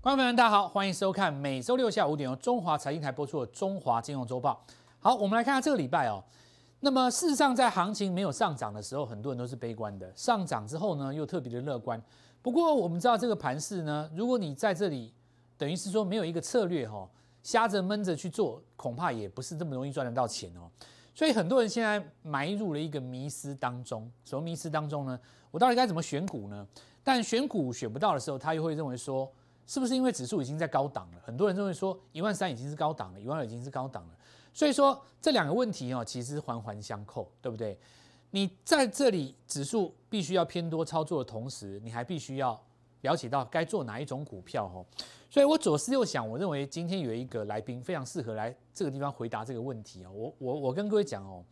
观众朋友们，大家好，欢迎收看每周六下午五点由中华财经台播出的《中华金融周报》。好，我们来看看这个礼拜哦。那么，事实上，在行情没有上涨的时候，很多人都是悲观的；上涨之后呢，又特别的乐观。不过，我们知道这个盘势呢，如果你在这里，等于是说没有一个策略哈、哦，瞎着闷着去做，恐怕也不是这么容易赚得到钱哦。所以，很多人现在埋入了一个迷失当中。什么迷失当中呢？我到底该怎么选股呢？但选股选不到的时候，他又会认为说。是不是因为指数已经在高档了？很多人认为说一万三已经是高档了，一万二已经是高档了。所以说这两个问题哦，其实环环相扣，对不对？你在这里指数必须要偏多操作的同时，你还必须要了解到该做哪一种股票哦。所以我左思右想，我认为今天有一个来宾非常适合来这个地方回答这个问题哦。我我我跟各位讲哦，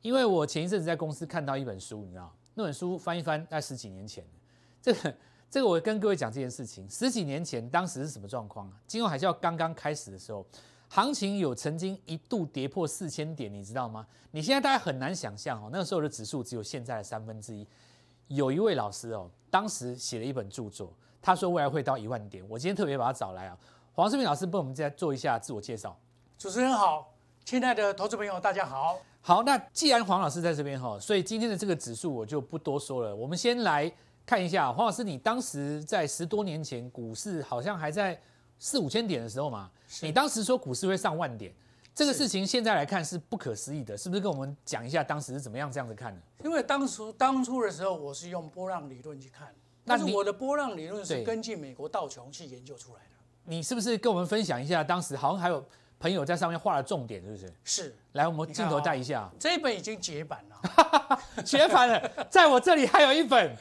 因为我前一阵子在公司看到一本书，你知道那本书翻一翻，在十几年前这个。这个我跟各位讲这件事情，十几年前当时是什么状况啊？金融海啸刚刚开始的时候，行情有曾经一度跌破四千点，你知道吗？你现在大家很难想象哦，那个时候的指数只有现在的三分之一。有一位老师哦，当时写了一本著作，他说未来会到一万点。我今天特别把他找来啊，黄世明老师帮我们再做一下自我介绍。主持人好，亲爱的投资朋友，大家好。好，那既然黄老师在这边哈，所以今天的这个指数我就不多说了，我们先来。看一下黄老师，你当时在十多年前股市好像还在四五千点的时候嘛，你当时说股市会上万点，这个事情现在来看是不可思议的，是不是？跟我们讲一下当时是怎么样这样子看的？因为当初当初的时候，我是用波浪理论去看，但是我的波浪理论是根据美国道琼去研究出来的。你是不是跟我们分享一下？当时好像还有朋友在上面画了重点，是不是？是。来，我们镜头带一下、哦，这一本已经绝版了， 绝版了，在我这里还有一本。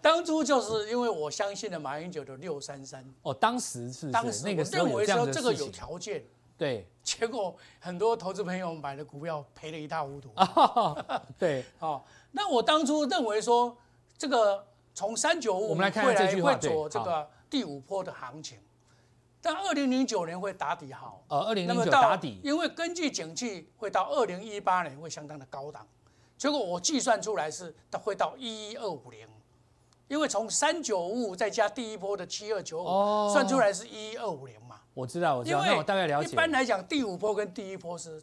当初就是因为我相信了马英九的六三三，哦，当时是当时那个认为说这个有条件，对，结果很多投资朋友买的股票赔得一塌糊涂。哦、对，哦，那我当初认为说这个从三九五我们来看看这句话，会走这个第五波的行情。但二零零九年会打底好，呃、哦，二零零九打底，因为根据景气会到二零一八年会相当的高档，结果我计算出来是它会到一一二五零，因为从三九五再加第一波的七二九哦五，算出来是一一二五零嘛。我知道，我知哦道，那我大概了解。一般来讲，第五波跟第一波是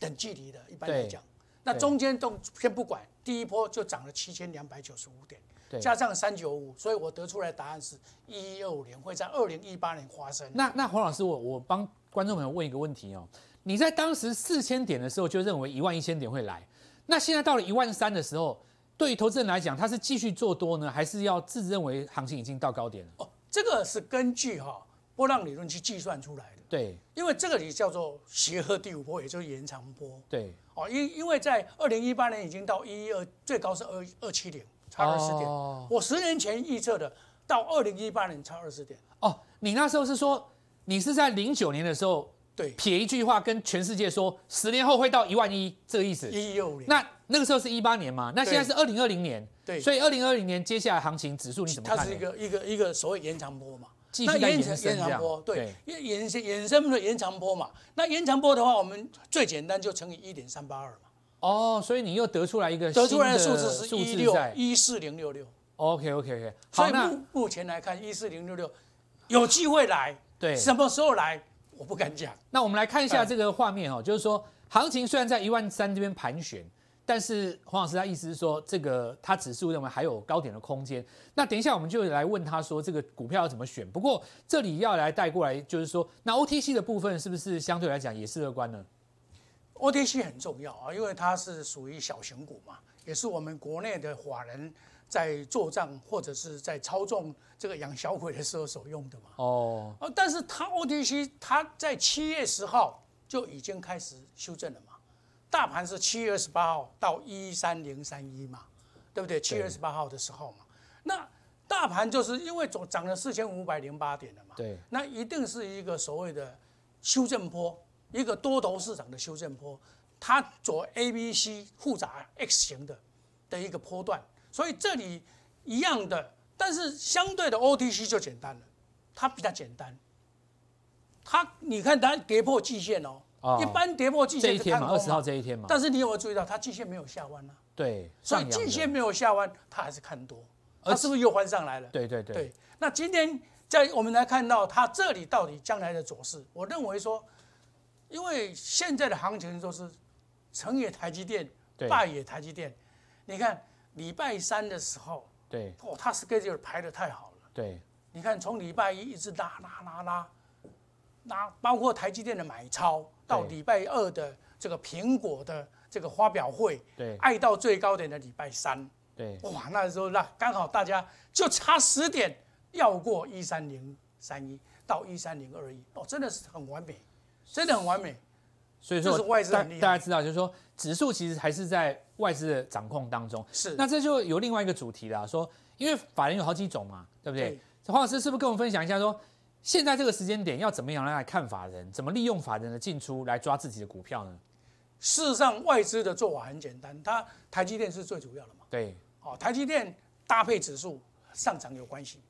等距离的，一般来讲，那中间都先不管，第一波就涨了七千两百九十五点。加上三九五，所以我得出来答案是一一二五年会在二零一八年发生。那那黄老师，我我帮观众朋友问一个问题哦，你在当时四千点的时候就认为一万一千点会来，那现在到了一万三的时候，对于投资人来讲，他是继续做多呢，还是要自认为行情已经到高点了？哦，这个是根据哈、哦、波浪理论去计算出来的。对，因为这个也叫做协和第五波，也就是延长波。对，哦，因因为在二零一八年已经到一一二，最高是二二七零。差二十点，oh. 哦我十年前预测的，到二零一八年差二十点。哦、oh,，你那时候是说，你是在零九年的时候，对，撇一句话跟全世界说，十年后会到一万一，这个意思。一六年。那那个时候是一八年嘛，那现在是二零二零年，对，所以二零二零年接下来行情指数你怎么看？它是一个一个一个所谓延长波嘛，那延长延长波，对，延衍生的延长波嘛。那延长波的话，我们最简单就乘以一点三八二嘛。哦、oh,，所以你又得出来一个得出来的数字是一六一四零六六。 OK OK OK，好，那目前来看一四零六六有机会来，对，什么时候来我不敢讲。那我们来看一下这个画面哦、喔，就是说行情虽然在一万三这边盘旋，但是黄老师他意思是说，这个他指数认为还有高点的空间。那等一下我们就来问他说这个股票要怎么选。不过这里要来带过来，就是说那 OTC 的部分是不是相对来讲也是乐观呢？ OTC 很重要啊，因为它是属于小型股嘛，也是我们国内的法人在做账或者是在操纵这个养小鬼的时候所用的嘛。哦，呃，但是它 OTC 它在七月十号就已经开始修正了嘛，大盘是七月二十八号到一三零三一嘛，对不对？七月二十八号的时候嘛，那大盘就是因为总涨了四千五百零八点了嘛，对，那一定是一个所谓的修正波。一个多头市场的修正波，它走 A、B、C 复杂 X 型的的一个波段，所以这里一样的，但是相对的 OTC 就简单了，它比较简单。它你看它跌破季线哦，哦一般跌破季线是看空嘛，二十号这一天嘛。但是你有没有注意到它季线没有下弯呢、啊？对，所以季线没有下弯，它还是看多，它是不是又翻上来了？对对对。对，那今天在我们来看到它这里到底将来的走势，我认为说，因为现在的行情就是成也台积电，对败也台积电。你看礼拜三的时候，对哦，它 schedule 排的太好了。对你看从礼拜一一直拉拉拉拉拉，包括台积电的买超，到对礼拜二的这个苹果的这个发表会，对爱到最高点的礼拜三，对哇，那时候那刚好大家就差十点要过一三零三一到一三零二一，哦，真的是很完美，真的很完美。所以说这是外资大很厉害大家知道，就是说指数其实还是在外资的掌控当中。是，那这就有另外一个主题了，说因为法人有好几种嘛，对不对对？黄老师是不是跟我们分享一下说？现在这个时间点要怎么样来看法人？怎么利用法人的进出来抓自己的股票呢？事实上外资的做法很简单，它台积电是最主要的嘛。对哦，台积电搭配指数上涨有关系，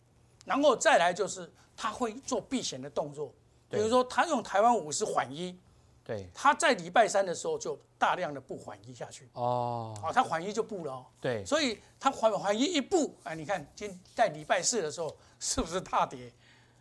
然后再来就是它会做避险的动作，比对如说它用台湾五十缓一，对它在礼拜三的时候就大量的不缓一下去，哦，哦，它缓一就不了、哦，对所以它缓缓一一步啊，你看今在礼拜四的时候是不是大跌？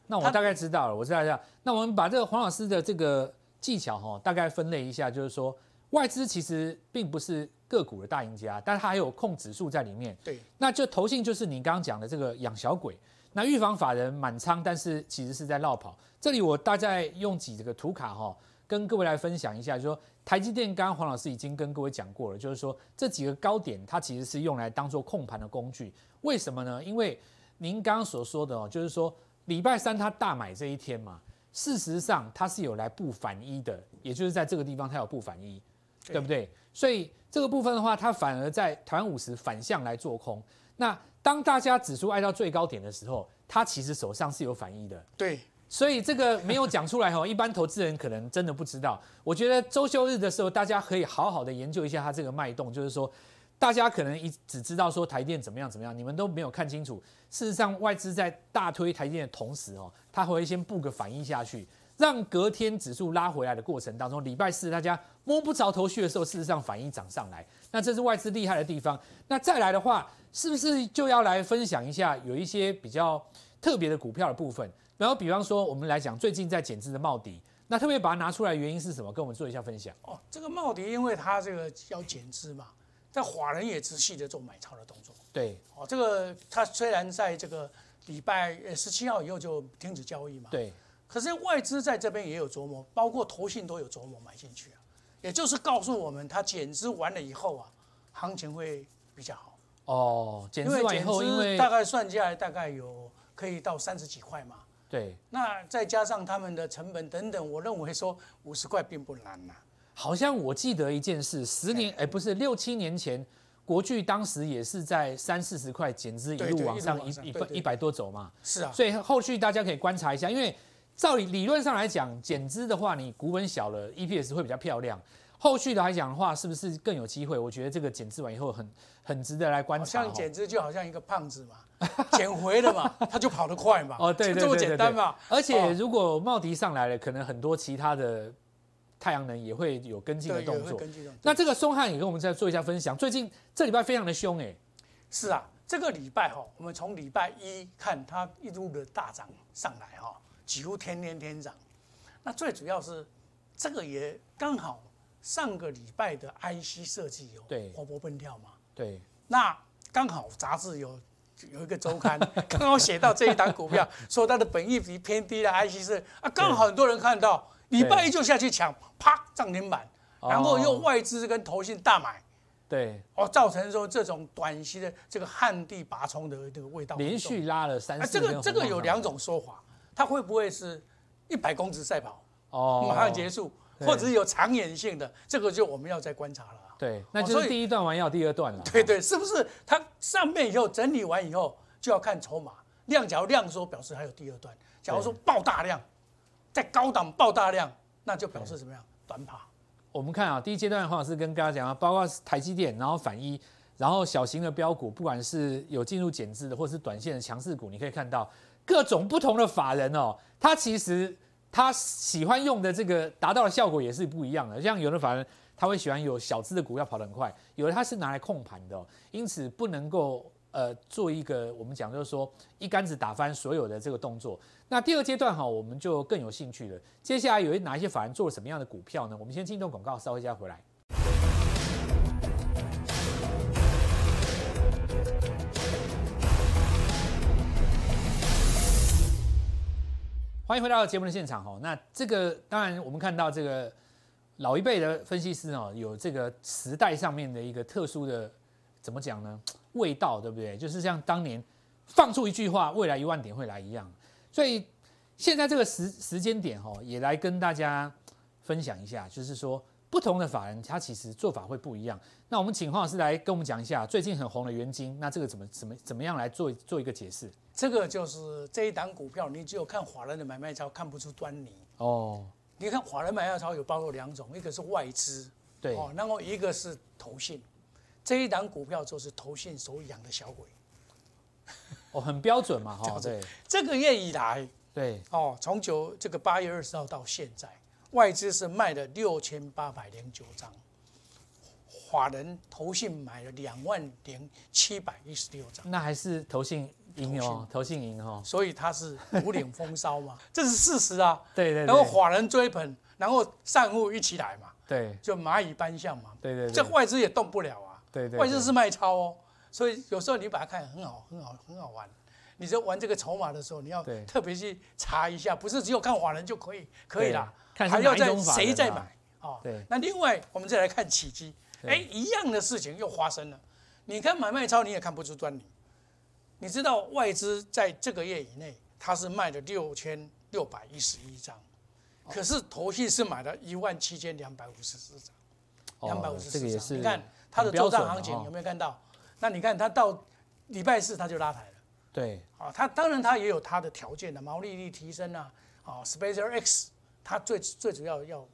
那我他大概知道了，我知道一下。那我们把这个黄老师的这个技巧哈、大概分类一下，就是说外资其实并不是个股的大赢家，但是它还有控指数在里面。对，那就投信就是你刚刚讲的这个养小鬼，那预防法人满仓，但是其实是在绕跑。这里我大概用几个图卡哈、跟各位来分享一下，就是说台积电，刚刚黄老师已经跟各位讲过了，就是说这几个高点它其实是用来当做控盘的工具。为什么呢？因为您刚刚所说的哦，就是说礼拜三它大买这一天嘛，事实上它是有来布反一的，也就是在这个地方它有布反一。对对不对？所以这个部分的话，它反而在台湾五十反向来做空。那当大家指数挨到最高点的时候，它其实手上是有反应的。对，所以这个没有讲出来哦，一 般投资人可能真的不知道。我觉得周休日的时候，大家可以好好的研究一下它这个脉动，就是说，大家可能一只知道说台电怎么样怎么样，你们都没有看清楚。事实上，外资在大推台电的同时哦，它会先布个反应下去，让隔天指数拉回来的过程当中，礼拜四大家摸不着头绪的时候，事实上反应涨上来，那这是外资厉害的地方。那再来的话，是不是就要来分享一下有一些比较特别的股票的部分？然后比方说我们来讲最近在减资的茂迪，那特别把它拿出来的原因是什么？跟我们做一下分享。哦，这个茂迪因为它这个要减资嘛，在华人也持续的做买超的动作。对哦，这个它虽然在这个礼拜呃十七号以后就停止交易嘛，，对可是外资在这边也有琢磨，包括投信都有琢磨买进去啊，也就是告诉我们，它减资完了以后啊，行情会比较好，哦，减因资为完以减后，因资为大概算下来大概有可以到三十几块嘛，对，那再加上他们的成本等等，我认为说五十块并不难呐、好像我记得一件事，十年哎不是六七年前。国巨当时也是在三四十块减资一对路对往一路上往上一一对对一百多走嘛，是啊，所以后续大家可以观察一下，因为照理理论上来讲，减资的话，你股本小了，EPS 会比较漂亮。后续的来讲的话，是不是更有机会？我觉得这个减资完以后很很值得来观好察像哦。减资就好像一个胖子嘛，减回 了嘛，他就跑得快嘛，哦，对就对这么对简对单对嘛。而且哦如果茂迪上来了，可能很多其他的太阳能也会有跟进的对，也动会作。根据这种。那这个松汉也跟我们再做一下分享，最近这礼拜非常的凶哎、是啊，这个礼拜哈、我们从礼拜一看它一路的大涨上来哈、几乎天天天涨。那最主要是这个也刚好上个礼拜的 IC 设计有对活泼蹦跳嘛，对那刚好杂志有有一个周刊刚好写到这一档股票，说它的本益比偏低的 IC 设啊，刚好很多人看到，礼拜一就下去抢，啪涨停板，然后又哦外资跟投信大买。对，哦，造成说这种短期的这个旱地拔葱的这个味道活动。连续拉了三哦啊，四这根红棒个这个有两种说法，它会不会是一百公尺赛跑哦，马上结束，对或者是有长远性的？这个就我们要再观察了啊。对，那哦就所是以第一段完要第二段了。对对，是不是它上面以后整理完以后就要看筹码量，假如量缩表示还有第二段，假如说爆大量，在高档爆大量，那就表示怎么样短跑。我们看啊，第一阶段黄老师跟大家讲啊，包括台积电，然后反一，然后小型的标股，不管是有进入减资的，或是短线的强势股，你可以看到各种不同的法人哦，他其实他喜欢用的这个达到的效果也是不一样的。像有的法人他会喜欢有小资的股票跑得很快，有的他是拿来控盘的哦、因此不能够呃做一个我们讲就是说一竿子打翻所有的这个动作。那第二阶段哈，我们就更有兴趣了。接下来有哪一些法人做了什么样的股票呢？我们先进一段广告，稍后一下回来。欢迎回到节目的现场哦。那这个当然，我们看到这个老一辈的分析师哦，有这个时代上面的一个特殊的怎么讲呢？味道对不对？就是像当年放出一句话，未来一万点会来一样。所以现在这个时时间点哦，也来跟大家分享一下，就是说不同的法人他其实做法会不一样。那我们请黄老师来跟我们讲一下最近很红的元金，那这个怎么怎么怎么样来做做一个解释？这个就是这一档股票，你只有看法人的买卖超看不出端倪。哦，你看法人买卖超有包括两种，一个是外资，对，哦，然后一个是投信。这一档股票就是投信所养的小鬼。哦，很标准 嘛，哈、标准对这个月以来，对，哦，从九这个八月二十号到现在，外资是卖了六千八百零九张，法人投信买了两万零七百一十六张，那还是投信赢哦，投信赢哦，所以它是五岭风 骚嘛，这是事实啊。对对然后对，法人追捧，然后散户一起来嘛，对就蚂蚁搬象嘛，对对这对，外资也动不了啊。对对，外资是卖超哦，所以有时候你把它看很好，很好，很好玩。你在玩这个筹码的时候，你要对特别去查一下，不是只有看华人就可以可以啦，对看是还要哪一在种法人谁在啊买哦。对那另外我们再来看起基，对哎，一样的事情又发生了。你看买卖超你也看不出端倪，你知道外资在这个月以内它是卖了六千六百一十一张，可是投信是买了一万七千两百五十四张。两百五十哦这个四也张。是，你看它的很标周准账行情哦有没有看到？那你看它到礼拜四它就拉抬了对啊，它当然它也有它的条件的，毛利率提升啊，啊，Spacer X 它最最主要要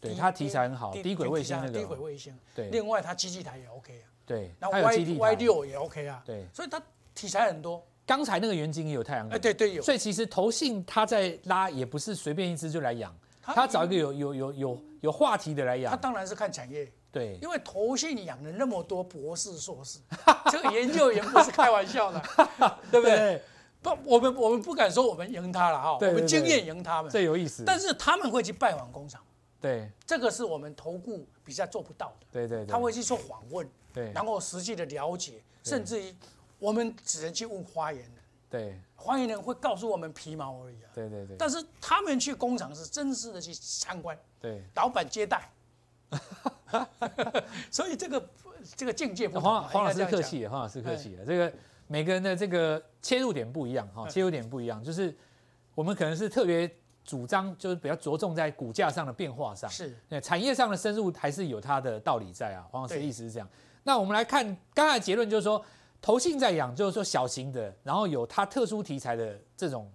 对，低它题材很好，低轨卫星那低轨个，卫星，对另外它基地台也 OK 啊，对，然后它有 Y 基地 Y 台，六也 OK 啊，对，所以它题材很多，刚才那个元金也有太阳哎，能，对对有，所以其实投信它在拉也不是随便一只就来养，它嗯它找一个有有有有有话题的来它养，当然是看产业，对因为投信养了那么多博士硕士， 这个研究员不是开玩笑的， 对不对？对，不，我们我们不敢说我们赢他了哈，对对我们经验赢他们，这有意思，但是他们会去拜访工厂，对这个是我们投顾比较做不到的。对对，他会去做访问，对然后实际的了解，对甚至于我们只能去问花园人，对花园人会告诉我们皮毛而已啊。对对对但是他们去工厂是真实的去参观，对。老板接待， 所以这个这个境界不那同黄啊。黄老应师该这客样讲，哎气了，黄老师客气了。啊这个每个人的这个切入点不一样哈，嗯切入点不一样，就是我们可能是特别主张，就是比较着重在股价上的变化上，是对产业上的深入还是有它的道理在啊。黄老师的对意思是这样。那我们来看刚才的结论，就是说投信在养，就是说小型的，然后有它特殊题材的这种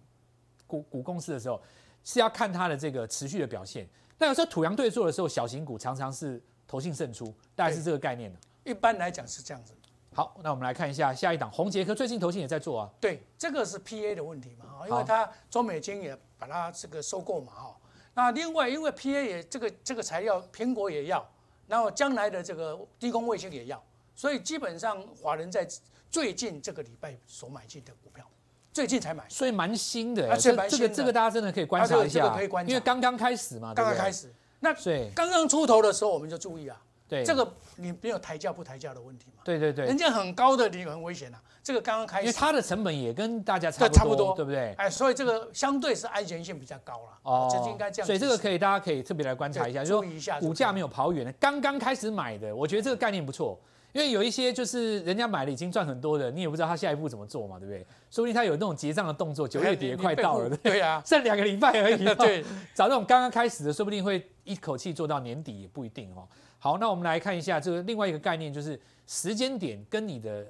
股股公司的时候，是要看它的这个持续的表现。那有时候土洋对坐的时候，小型股常常是投信胜出，大概是这个概念啊的。一般来讲是这样子。好，那我们来看一下下一档红杰科，最近投信也在做啊。对，这个是 P A 的问题嘛，哈，因好为它中美金也把它这个收购嘛，哈。那另外，因为 P A 也这个这个材料，苹果也要，然后将来的这个低空卫星也要，所以基本上华人在最近这个礼拜所买进的股票，最近才买，所以蛮新的、欸，而且这啊蛮这新个的这个大家真的可以观察一下，啊这个这个可以观察因为刚刚开始嘛，刚刚开始，始。那对刚刚出头的时候，我们就注意啊，对，这个你没有抬价不抬价的问题嘛，对对对，人家很高的你很危险啊，这个刚刚开因为始，它的成本也跟大家差不对差不多对不对？哎，所以这个相对是安全性比较高了，哦，这就应该这样子想。所以这个可以，大家可以特别来观察一下，对就是啊注意一下说股价没有跑远的，刚刚开始买的，我觉得这个概念不错。因为有一些就是人家买了已经赚很多的，你也不知道他下一步怎么做嘛，对不对？说不定他有那种结账的动作，九月哎底也快到了， 对对对 啊，剩两个礼拜而已。对，找那种刚刚开始的，说不定会一口气做到年底也不一定哦。好，那我们来看一下这个另外一个概念，就是时间点跟你的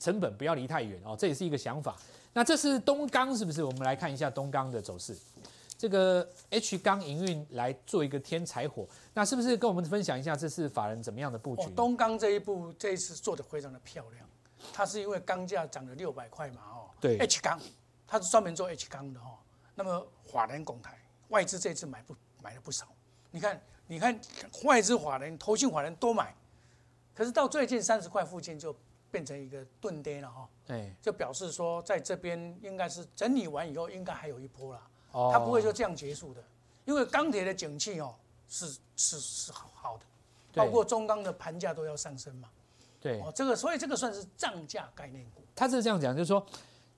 成本不要离太远哦，这也是一个想法。那这是东钢是不是？我们来看一下东钢的走势。这个 H 钢营运来做一个添柴火，那是不是跟我们分享一下这次法人怎么样的布局哦呢？，东钢这一步这一次做的非常的漂亮，它是因为钢价涨了六百块嘛，哦，对，H 钢，它是专门做 H 钢的哦。那么法人拱台，外资这次买不买了不少，你看，你看外资法人、投信法人都买，可是到最近三十块附近就变成一个钝跌了哈，哎，就表示说在这边应该是整理完以后，应该还有一波啦。哦它不会就这样结束的，因为钢铁的景气哦是是是好好的，对包括中钢的盘价都要上升嘛。对，哦，这个所以这个算是涨价概念股。他是这样讲，就是说，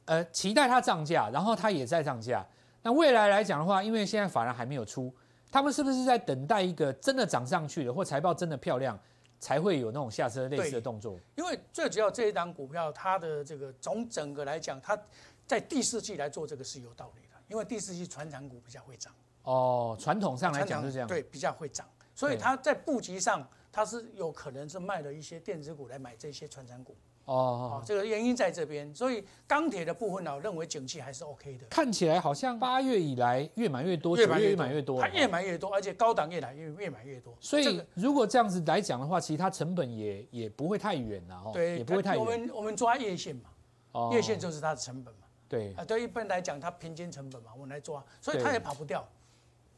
呃，期待它涨价，然后它也在涨价。那未来来讲的话，因为现在法人还没有出，他们是不是在等待一个真的涨上去的，或财报真的漂亮，才会有那种下车类似的动作？因为最主要这一档股票，它的这个总整个来讲，它在第四季来做这个是有道理的，因为第四季传产股比较会涨，哦，传统上来传讲是这样，对比较会涨，所以对它在布局上，它是有可能是卖了一些电子股来买这些传产股，哦哦，，这个原因在这边，所以钢铁的部分呢，我认为景气还是 OK 的。看起来好像八月以来越买越多，九买月越买越多哦它，越买越多，而且高档越来越越买越多。所这以个如果这样子来讲的话，其实它成本也也不会太远了哦，对，也不会太我远，们我们抓月线嘛，哦月线就是它的成本嘛。对。啊，对一般来讲，它平均成本嘛，我们来抓，所以对它也跑不掉，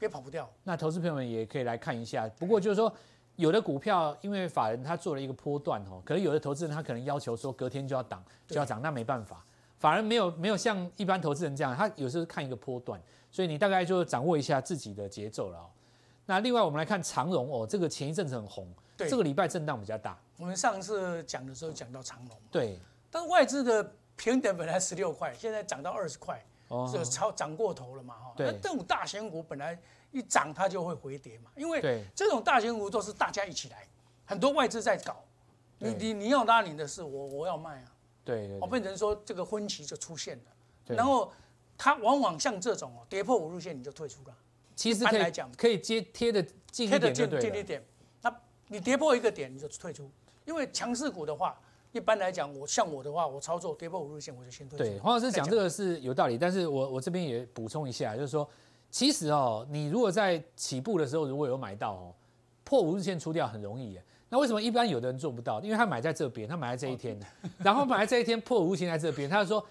也跑不掉。那投资朋友们也可以来看一下。不过就是说，有的股票因为法人他做了一个波段哦，可是有的投资人他可能要求说隔天就要涨，对就要涨，那没办法。法人没有没有像一般投资人这样，他有时候看一个波段，所以你大概就掌握一下自己的节奏了、哦。那另外我们来看长荣哦，这个前一阵子很红，对这个礼拜震荡比较大，我们上次讲的时候讲到长隆，对，但外资的平等本来十六块，现在涨到二十块，哦，这超涨过头了嘛哈。对那这种大型股本来一涨它就会回跌嘛，因为对这种大型股都是大家一起来，很多外资在搞，你对你你要拉你的事，我我要卖啊。对对哦，对变成说这个分歧就出现了，对。然后它往往像这种哦，跌破五日线你就退出了，其实一可般来以讲可以接贴的近贴一的点就近对近一了，点，那你跌破一个点你就退出，因为强势股的话，一般来讲我像我的话，我操作跌破五日线我就先退出。对，黄老师讲再这个是有道理，但是我我这边也补充一下，就是说，其实哦，你如果在起步的时候如果有买到哦，破五日线出掉很容易耶。那为什么一般有的人做不到？因为他买在这边，他买在这一天， 然后买在这一天破五日线在这边，他就说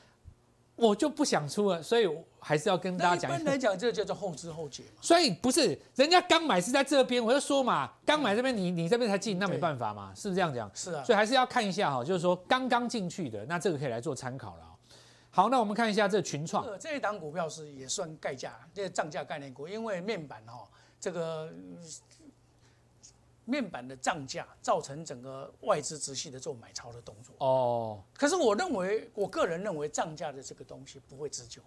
我就不想出了，所以我还是要跟大家那一讲般一下。来讲，这叫做后知后觉嘛。所以不是人家刚买是在这边，我就说嘛，刚买这边你你这边才进，那没办法嘛，是不是这样讲？是啊，所以还是要看一下哈、就是说刚刚进去的，那这个可以来做参考了、哦。好，那我们看一下这群创。呃，这一档股票是也算盖价，这涨价概念股，因为面板哈、这个嗯面板的涨价造成整个外资直系的做买超的动作。哦，可是我认为，我个人认为涨价的这个东西不会持久，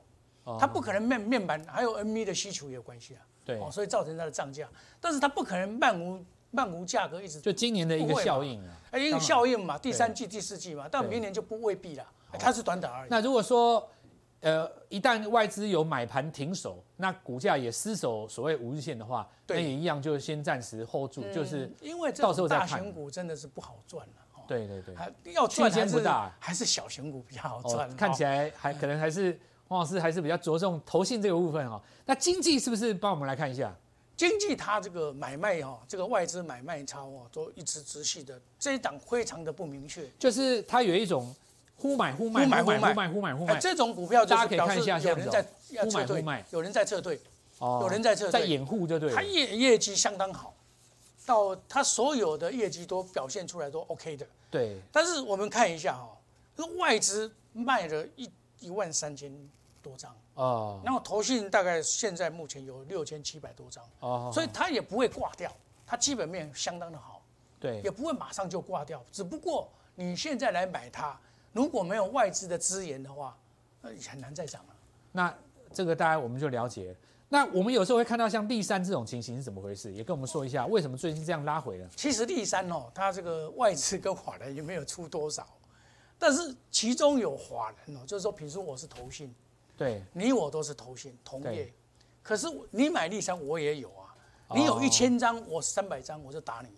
哦它不可能面面板还有 NV 的需求也有关系啊，对，哦，所以造成它的涨价，但是它不可能漫无漫无价格一直，就今年的一个效应啊。哎，因当为然效应嘛，第三季、第四季嘛，到对哦明年就不未必了，哎它是短打而已。那如果说呃，一旦外资有买盘停手，那股价也失守所谓五日线的话，那对也一样，就先暂时 hold 住，就是嗯因为这到时候种再大看型股真的是不好赚了，哦，对对对。还要赚区间还不是大还是小型股比较好哦赚，，啊看起来来还可能还是黄老师还是比较着重投信这个部分哈、哦。那经济是不是帮我们来看一下？经济它这个买卖哈，这个外资买卖超哦，都一直持续的，这一档非常的不明确。就是它有一种忽买忽卖忽买忽买忽卖忽买忽买忽哎，买，这种股票就大是家可以看表一示下有人在这样要子哦忽撤买忽退卖，有人在撤退，哦有人在撤退在掩护就对了它。业业绩相当好，到它所有的业绩都表现出来都 OK 的。对，但是我们看一下哈、这个外资卖了一一万三千多张，哦然后投信大概现在目前有六千七百多张，哦，所以它也不会挂掉，它基本面相当的好。对也不会马上就挂掉。只不过你现在来买它，如果没有外资的资源的话，呃，很难再涨了。那这个大家我们就了解了。那我们有时候会看到像立山这种情形是怎么回事，也跟我们说一下为什么最近这样拉回了。其实立山哦，它这个外资跟华人也没有出多少，但是其中有华人哦，就是说，比如说我是投信，对，你我都是投信同业对，可是我你买立山我也有啊，哦你有一千张，我三百张我就打你，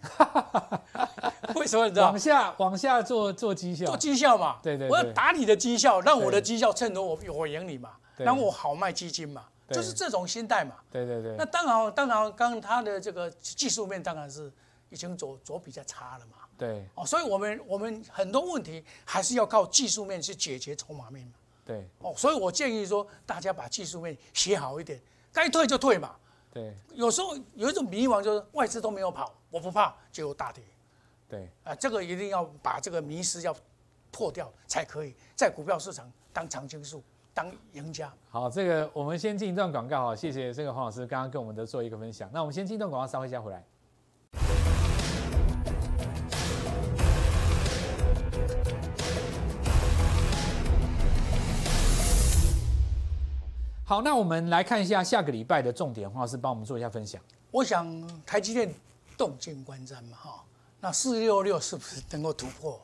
为什么你知道往？下往下做做绩效做，绩效嘛，对对对我要打你的绩效，让我的对绩效衬托我我赢你嘛，对让我好卖基金嘛，对就是这种心态嘛。对对对那，当然，当然，刚刚他的这个技术面当然是已经走走比较差了嘛，对哦，所以我们我们很多问题还是要靠技术面去解决筹码面嘛，对哦，所以我建议说大家把技术面写好一点，该退就退嘛。对有时候有一种迷惘，就是外资都没有跑，我不怕，结果大跌。对，啊，这个一定要把这个迷失要破掉，才可以在股票市场当常青树、当赢家。好，这个我们先进一段广告，好，谢谢这个黄老师刚刚跟我们的做一个分享。那我们先进一段广告，稍后一下回来。好，那我们来看一下下个礼拜的重点，黄老师帮我们做一下分享。我想台积电动静观瞻嘛，哈，那四六六是不是能够突破？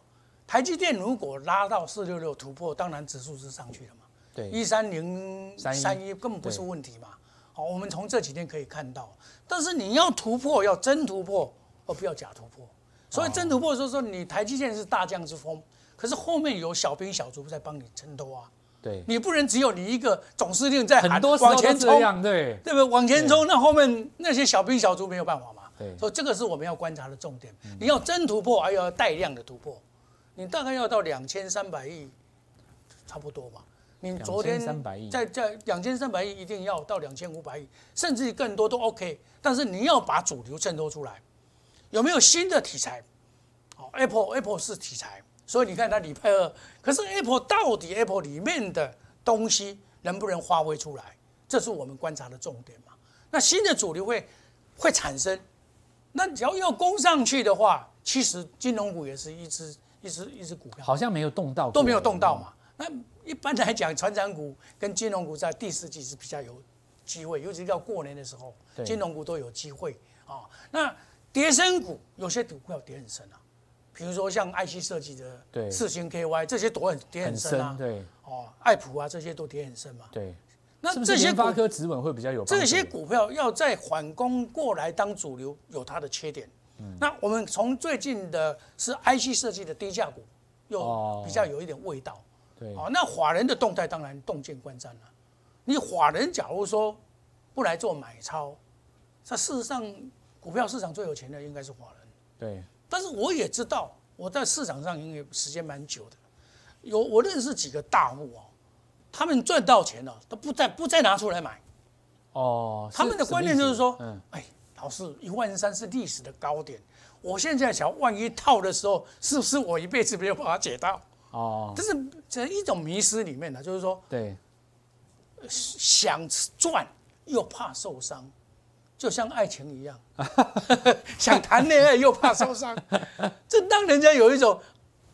台积电如果拉到四六六突破，当然指数是上去了嘛。对，一三零三31一根本不是问题嘛。好，我们从这几天可以看到，但是你要突破，要真突破，而不要假突破。所以真突破就是说，你台积电是大将之风，可是后面有小兵小卒在帮你撑头啊。对，你不能只有你一个总司令在喊很多时候往都前这冲，啊样，对，对不对？往前冲，那后面那些小兵小卒没有办法嘛。对所以这个是我们要观察的重点。你要真突破，还要带量的突破，你大概要到两千三百亿，差不多嘛。你昨天2300亿在在两千三百亿一定要到两千五百亿，甚至更多都 OK。但是你要把主流衬托出来，有没有新的题材？哦，Apple Apple 是题材，所以你看它礼拜二，可是 Apple 到底 Apple 里面的东西能不能发挥出来，这是我们观察的重点嘛。那新的主流会会产生，那只要要攻上去的话，其实金融股也是一只一只一只股票，好像没有动到，都没有动到。嘛。那一般来讲，传产股跟金融股在第四季是比较有机会，尤其是到过年的时候对，金融股都有机会啊、那跌升股有些股票跌很深啊，比如说像 IC 设计对的四星 KY 这些都很跌很很深啊深，，对哦，爱普啊这些都跌很深嘛。对，那是不是这些联股发科指纹会比较有帮助？这些股票要再缓攻过来当主流，有它的缺点。嗯那我们从最近的是 IC 设计的低价股，哦又比较有一点味道。对哦，那法人的动态当然动见观瞻了、你法人假如说不来做买超，那事实上股票市场最有钱的应该是法人。对但是我也知道，我在市场上因为时间蛮久的，有我认识几个大户哦，他们赚到钱了，都不再不再拿出来买。哦，他们的观念就是说什么意思嗯，哎，老师，一万三是历史的高点，我现在想万一套的时候，是不是我一辈子没有办法解到？哦，这是这一种迷失里面的，就是说对想赚又怕受伤，就像爱情一 样，想谈恋爱又怕受伤，这让人家有一种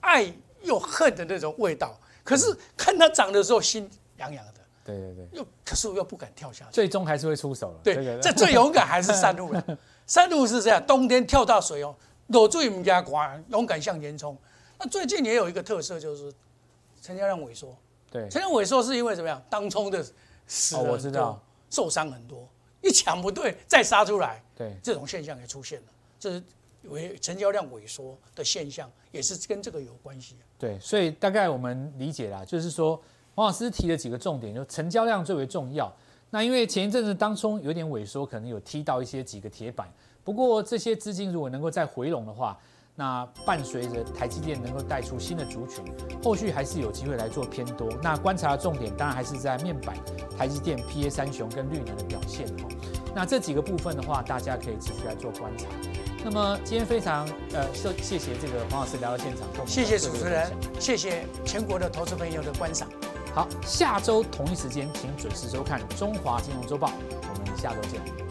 爱又恨的那种味道。可是看它涨的时候，心痒痒的，对对对，又可是我又不敢跳下去。最终还是会出手了。这对，个这最勇敢还是山路 了。山路是这样，冬天跳到水哦，裸醉唔加寒，勇敢向前冲。那最近也有一个特色就是，陈家亮萎缩。对陈家亮萎缩是因为怎么样？当冲的死了哦很我多，知道受伤很多，一抢不对再杀出来，对这种现象也出现了，这是为成交量萎缩的现象，也是跟这个有关系。对，所以大概我们理解啦，就是说黄老师提了几个重点，就成交量最为重要。那因为前一阵子当中有点萎缩，可能有踢到一些几个铁板，不过这些资金如果能够再回笼的话，那伴随着台积电能够带出新的族群，后续还是有机会来做偏多。那观察的重点当然还是在面板、台积电、PA 三雄跟绿能的表现哈。那这几个部分的话，大家可以持续来做观察。那么今天非常呃，谢谢谢这个黄老师来到现场，跟我们谢谢做这主个持分人享，谢谢全国的投资朋友的观赏。好，下周同一时间请准时收看《中华金融周报》，我们下周见，拜拜。